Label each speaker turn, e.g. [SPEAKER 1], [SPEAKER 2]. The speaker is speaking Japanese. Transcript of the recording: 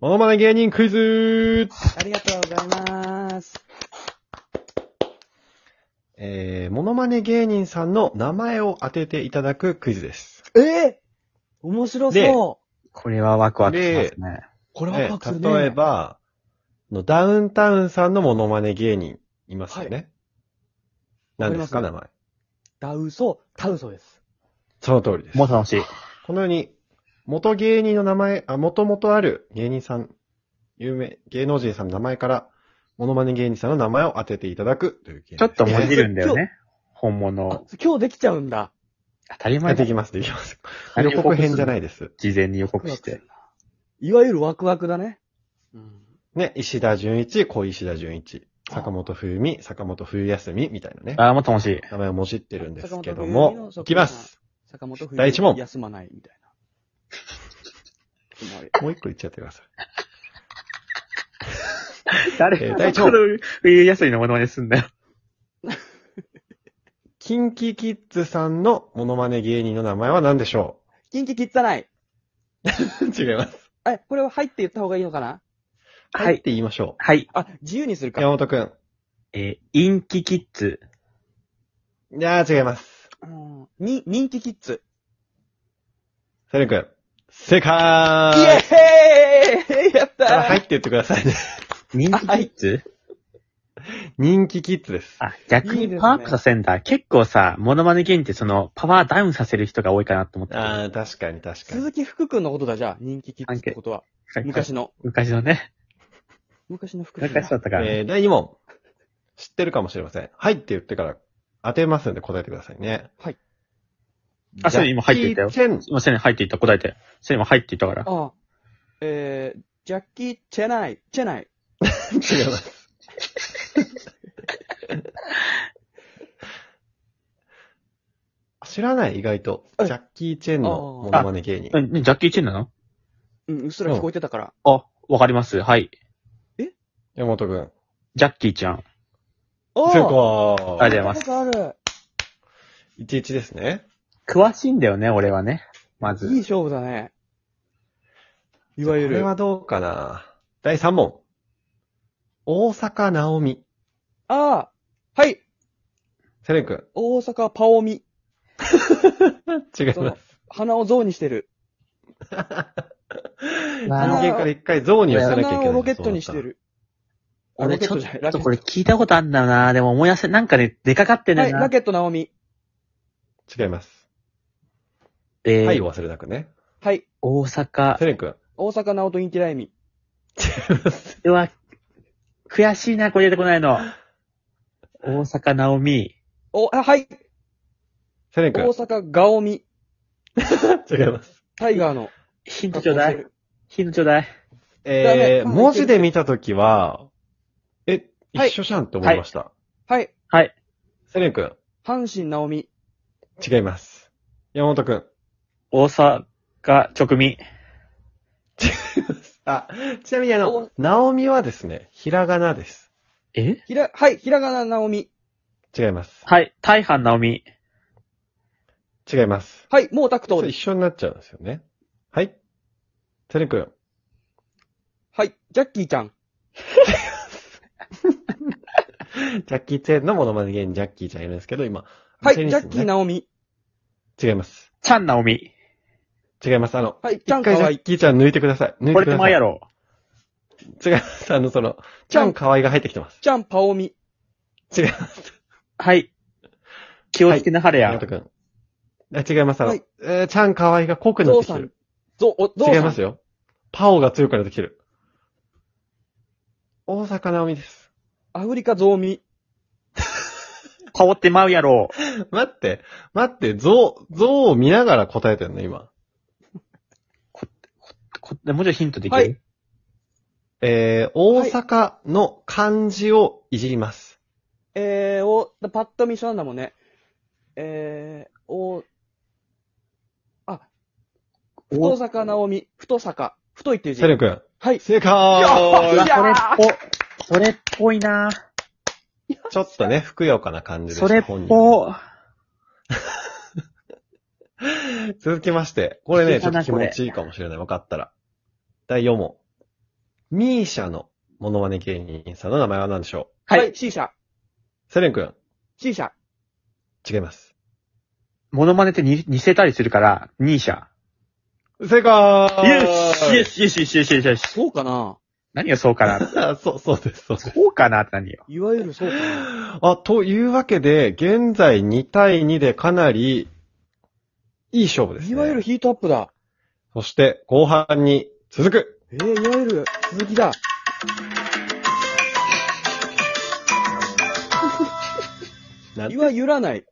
[SPEAKER 1] モノマネ芸人クイズ
[SPEAKER 2] ありがとうございます。
[SPEAKER 1] えー、モノマネ芸人さんの名前を当てていただくクイズです。
[SPEAKER 2] ええ面白
[SPEAKER 1] で
[SPEAKER 2] そう。
[SPEAKER 3] これはワクワクしますね。
[SPEAKER 2] これ
[SPEAKER 1] え
[SPEAKER 2] はパクするね。
[SPEAKER 1] 例え。ば、のダウンタウンさんのモノマネ芸人、いますよね。
[SPEAKER 2] はい
[SPEAKER 1] 何ですか、
[SPEAKER 2] わか
[SPEAKER 1] 名
[SPEAKER 2] り
[SPEAKER 1] 前。
[SPEAKER 2] ダウソ、タウソです。
[SPEAKER 1] その通りです。
[SPEAKER 3] もう楽しい。
[SPEAKER 1] このように、元芸人の名前、あ、元々ある芸人さん、有名、芸能人さんの名前から、モノマネ芸人さんの名前を当てていただくというゲームです
[SPEAKER 3] ちょっともじるんだよね。本物
[SPEAKER 2] あ
[SPEAKER 3] を。
[SPEAKER 2] 今日できちゃうんだ。
[SPEAKER 3] 当たり
[SPEAKER 1] や
[SPEAKER 3] 前
[SPEAKER 1] ってい
[SPEAKER 3] だ
[SPEAKER 1] き。ます、できます。
[SPEAKER 3] あ。
[SPEAKER 1] 予告編じゃないいです。
[SPEAKER 3] 事前に予告して。
[SPEAKER 2] いわゆるワクワクだね。うん。
[SPEAKER 1] ね、石田純一、小石田純一、坂本冬美、坂本冬休みみたいなね、
[SPEAKER 3] ああ、もう楽しい。
[SPEAKER 1] 名前をもじってるんですけど
[SPEAKER 2] 坂本冬美の
[SPEAKER 1] も、
[SPEAKER 2] 職
[SPEAKER 1] い
[SPEAKER 2] 員
[SPEAKER 1] きます。
[SPEAKER 2] 坂本冬
[SPEAKER 1] 第一問
[SPEAKER 2] 休まないみたいな。
[SPEAKER 1] もう一個言っちゃってください。
[SPEAKER 3] 誰
[SPEAKER 1] えー
[SPEAKER 3] が、
[SPEAKER 1] 第一
[SPEAKER 3] 大
[SPEAKER 1] 問
[SPEAKER 3] 丈夫。冬休みのものまねすんだよ。
[SPEAKER 1] キンキキッズさんのモノマネ芸人の名前は何でしょ
[SPEAKER 2] キンキ切ったない。
[SPEAKER 1] う違います。
[SPEAKER 2] え、これは入って言った方がいいのかな
[SPEAKER 3] は
[SPEAKER 1] はいい。って言いましょ
[SPEAKER 3] はい。
[SPEAKER 2] あ、自由にする
[SPEAKER 1] う。
[SPEAKER 2] か。
[SPEAKER 1] 山本くん。
[SPEAKER 3] えー、インキキッズ。
[SPEAKER 1] いやー違います。
[SPEAKER 2] うんに、人気キッズ。
[SPEAKER 1] セレンくん。正
[SPEAKER 2] イ
[SPEAKER 1] 解
[SPEAKER 2] エーイやった
[SPEAKER 1] あ入
[SPEAKER 2] ー
[SPEAKER 1] って言ってくださいね。
[SPEAKER 3] 人気キッズ
[SPEAKER 1] 人気キッズです。
[SPEAKER 3] あ、逆
[SPEAKER 2] いいです
[SPEAKER 3] に
[SPEAKER 2] ね
[SPEAKER 3] パワーアップさせんだ。結構さ、モノマネ芸人ってその、パワーダウンさせる人が多いかなと思った
[SPEAKER 1] あー、確かに確かに。
[SPEAKER 2] 鈴木福くんのことだ、じゃあ、人気キッズってことは。
[SPEAKER 3] けど。
[SPEAKER 2] 昔の。
[SPEAKER 3] 昔のね。
[SPEAKER 2] 昔の福くんだ。
[SPEAKER 3] 昔だったからね。
[SPEAKER 1] えー、第2問。知ってるかもしれません。はいって言ってから当てますんで答えてくださいね。
[SPEAKER 2] はい。
[SPEAKER 3] あそれ今入っていったよ
[SPEAKER 1] ジャッキーチェン
[SPEAKER 3] 今、セレン入っていった。答えて。セレンも入っていったから。
[SPEAKER 2] ああ。えー、ジャッキー・チェナイ、チェナイ。
[SPEAKER 1] 違います。知らない、意外と。
[SPEAKER 2] え
[SPEAKER 1] ジャッキー・チェンのモノマネ芸人。
[SPEAKER 3] え、ねジャッキー・チェンなの
[SPEAKER 2] うん、うっすら聞こえてたから。
[SPEAKER 3] あ、わかります。はい。
[SPEAKER 1] 山本くん。
[SPEAKER 3] ジャッキーちゃん。
[SPEAKER 2] お
[SPEAKER 1] 成
[SPEAKER 2] ー
[SPEAKER 1] 功
[SPEAKER 3] ありがとうございます
[SPEAKER 2] 聞いたことあ
[SPEAKER 1] 11ですね。
[SPEAKER 3] 詳しいんだよね、俺はね。ま
[SPEAKER 2] る。いい
[SPEAKER 3] ず。
[SPEAKER 2] 勝負だね。いわゆ
[SPEAKER 1] これ
[SPEAKER 2] る。あ
[SPEAKER 1] はどうかな第3問。大阪直美。
[SPEAKER 2] あー。はい。
[SPEAKER 1] セレン君。
[SPEAKER 2] 大阪パオミ。
[SPEAKER 1] 違います。
[SPEAKER 2] そ
[SPEAKER 1] 人
[SPEAKER 2] の鼻を象にしてる。
[SPEAKER 3] あ
[SPEAKER 1] 間から一回象に寄せなきゃいけ
[SPEAKER 2] 鼻
[SPEAKER 1] ない。
[SPEAKER 2] をロケットにして。る。あ
[SPEAKER 3] 俺
[SPEAKER 2] ロケ
[SPEAKER 3] ち
[SPEAKER 2] ッ
[SPEAKER 3] ょ
[SPEAKER 2] ト
[SPEAKER 3] っ
[SPEAKER 2] じゃない。ラケ
[SPEAKER 3] と
[SPEAKER 2] ッ
[SPEAKER 3] これ
[SPEAKER 2] ト。
[SPEAKER 3] 聞いたことあんだよな。でも思い出せ、なんかね、出かかってんだ
[SPEAKER 2] はい、
[SPEAKER 3] よな。
[SPEAKER 2] ラケットナオミ。
[SPEAKER 1] 違います。
[SPEAKER 3] えー
[SPEAKER 1] はい、忘れなくね。
[SPEAKER 2] はい。
[SPEAKER 3] 大
[SPEAKER 1] セ
[SPEAKER 3] 阪。
[SPEAKER 1] レン君。
[SPEAKER 2] 大阪ナオトインティライミ。
[SPEAKER 3] うわ、悔しいな、これ出てこないの。大阪直美。
[SPEAKER 2] お、あはい。
[SPEAKER 1] セレン君。
[SPEAKER 2] 大阪ガオミ。
[SPEAKER 1] 違います。
[SPEAKER 2] タイガーの。
[SPEAKER 3] ヒントちょうだい。。ヒントちょうだい。
[SPEAKER 2] ダ
[SPEAKER 1] え
[SPEAKER 2] メ
[SPEAKER 1] ー、文字で見たときは、え、
[SPEAKER 2] はい
[SPEAKER 1] 一緒じゃんって思いました。
[SPEAKER 2] はい。
[SPEAKER 3] はい。
[SPEAKER 1] セレン君。
[SPEAKER 2] 阪神ナオミ。
[SPEAKER 1] 違います。山本君。
[SPEAKER 3] 大阪直美。
[SPEAKER 1] あ、ちなみにあの
[SPEAKER 2] お、
[SPEAKER 1] ナオミはですね、ひらがなです。
[SPEAKER 3] え
[SPEAKER 2] ひら、はい、ひらがなナオミ。
[SPEAKER 1] 違います。
[SPEAKER 3] はい。大半直美。
[SPEAKER 1] 違います。
[SPEAKER 2] はい、もうタクト
[SPEAKER 1] そ
[SPEAKER 2] ー
[SPEAKER 1] う
[SPEAKER 2] です
[SPEAKER 1] 一。緒になっちゃうんですよね。はい。セレン君。
[SPEAKER 2] はい、ジャッキーちゃん。
[SPEAKER 1] ジャッキー・チェンのモノマネ芸人、ジャッキーちゃんいるんですけど、今。
[SPEAKER 2] はい、
[SPEAKER 1] チェニ
[SPEAKER 2] ジャ
[SPEAKER 1] スの
[SPEAKER 2] ッ
[SPEAKER 1] ね
[SPEAKER 2] キー・ナオミ。
[SPEAKER 1] 違います。
[SPEAKER 3] ちゃん直美。
[SPEAKER 1] 違います。あの、
[SPEAKER 2] はい、ちゃ
[SPEAKER 1] 一
[SPEAKER 2] んか
[SPEAKER 1] 回ジ
[SPEAKER 2] わ
[SPEAKER 1] ャ
[SPEAKER 2] いい
[SPEAKER 1] ッ。キーちゃん抜いてください。抜い
[SPEAKER 3] こ
[SPEAKER 1] てく
[SPEAKER 3] れ手
[SPEAKER 1] ださ
[SPEAKER 3] 前
[SPEAKER 1] い。
[SPEAKER 3] やろ。
[SPEAKER 1] 違います。あの、その、ちゃん可愛が入ってきてます。
[SPEAKER 2] ちゃん・パオミ。
[SPEAKER 1] 違います。
[SPEAKER 3] はい。気をつけなはれや。
[SPEAKER 1] 宮本くん。あ違います。あの、
[SPEAKER 2] はい
[SPEAKER 1] えーちゃん可愛が濃くなっ
[SPEAKER 2] ゾウ
[SPEAKER 1] てきて
[SPEAKER 2] さ
[SPEAKER 1] る
[SPEAKER 2] ん。。ゾウ、おゾウさん。
[SPEAKER 1] 違いますよ。パオが強くなってきてる。大阪直美です。
[SPEAKER 2] アフリカゾウミ。
[SPEAKER 3] パオってまうやろ。
[SPEAKER 1] 待って、待って、像、像を見ながら答えてんの、今。
[SPEAKER 3] こもうちょいヒントできる、
[SPEAKER 2] はい
[SPEAKER 1] えー、大阪の漢字をいじります。
[SPEAKER 2] えー、お、パッと見一緒なんだもんね。えー、お、
[SPEAKER 3] お
[SPEAKER 2] 太坂ナオミ。太坂。太いっていう字。
[SPEAKER 1] セレン君。
[SPEAKER 2] はい。
[SPEAKER 1] 正解
[SPEAKER 2] いや
[SPEAKER 3] それっぽ、それっぽいな
[SPEAKER 1] ちょっとね、ふくよかな感じです。
[SPEAKER 3] それっ
[SPEAKER 1] 本人
[SPEAKER 3] ぽ、
[SPEAKER 1] 続きまして、これね、ちょっ
[SPEAKER 3] 聞
[SPEAKER 1] と
[SPEAKER 3] いたな
[SPEAKER 1] 気持ちいいかもしれない。分かったら。第4問。ミーシャのモノマネ芸人さんの名前は何でしょ
[SPEAKER 3] はい
[SPEAKER 2] はい、C 社。
[SPEAKER 1] うセレン君、
[SPEAKER 2] C 社。
[SPEAKER 1] 違います。
[SPEAKER 3] モノマネってに似せたりするから、ニーシャ。
[SPEAKER 1] 正解
[SPEAKER 3] イエスイエスイエスイエスイエスイエスイエス
[SPEAKER 2] そうかな
[SPEAKER 3] 何がそうかな
[SPEAKER 1] そう、そうです、そうです。
[SPEAKER 3] そうかなって何よ。
[SPEAKER 2] いわゆるそうかな。
[SPEAKER 1] あ、というわけで、現在2対2でかなり、いい勝負です、ね。
[SPEAKER 2] いわゆるヒートアップだ。
[SPEAKER 1] そして、後半に続く
[SPEAKER 2] えー、いわゆる続きだ。
[SPEAKER 1] なん
[SPEAKER 2] いわゆらない。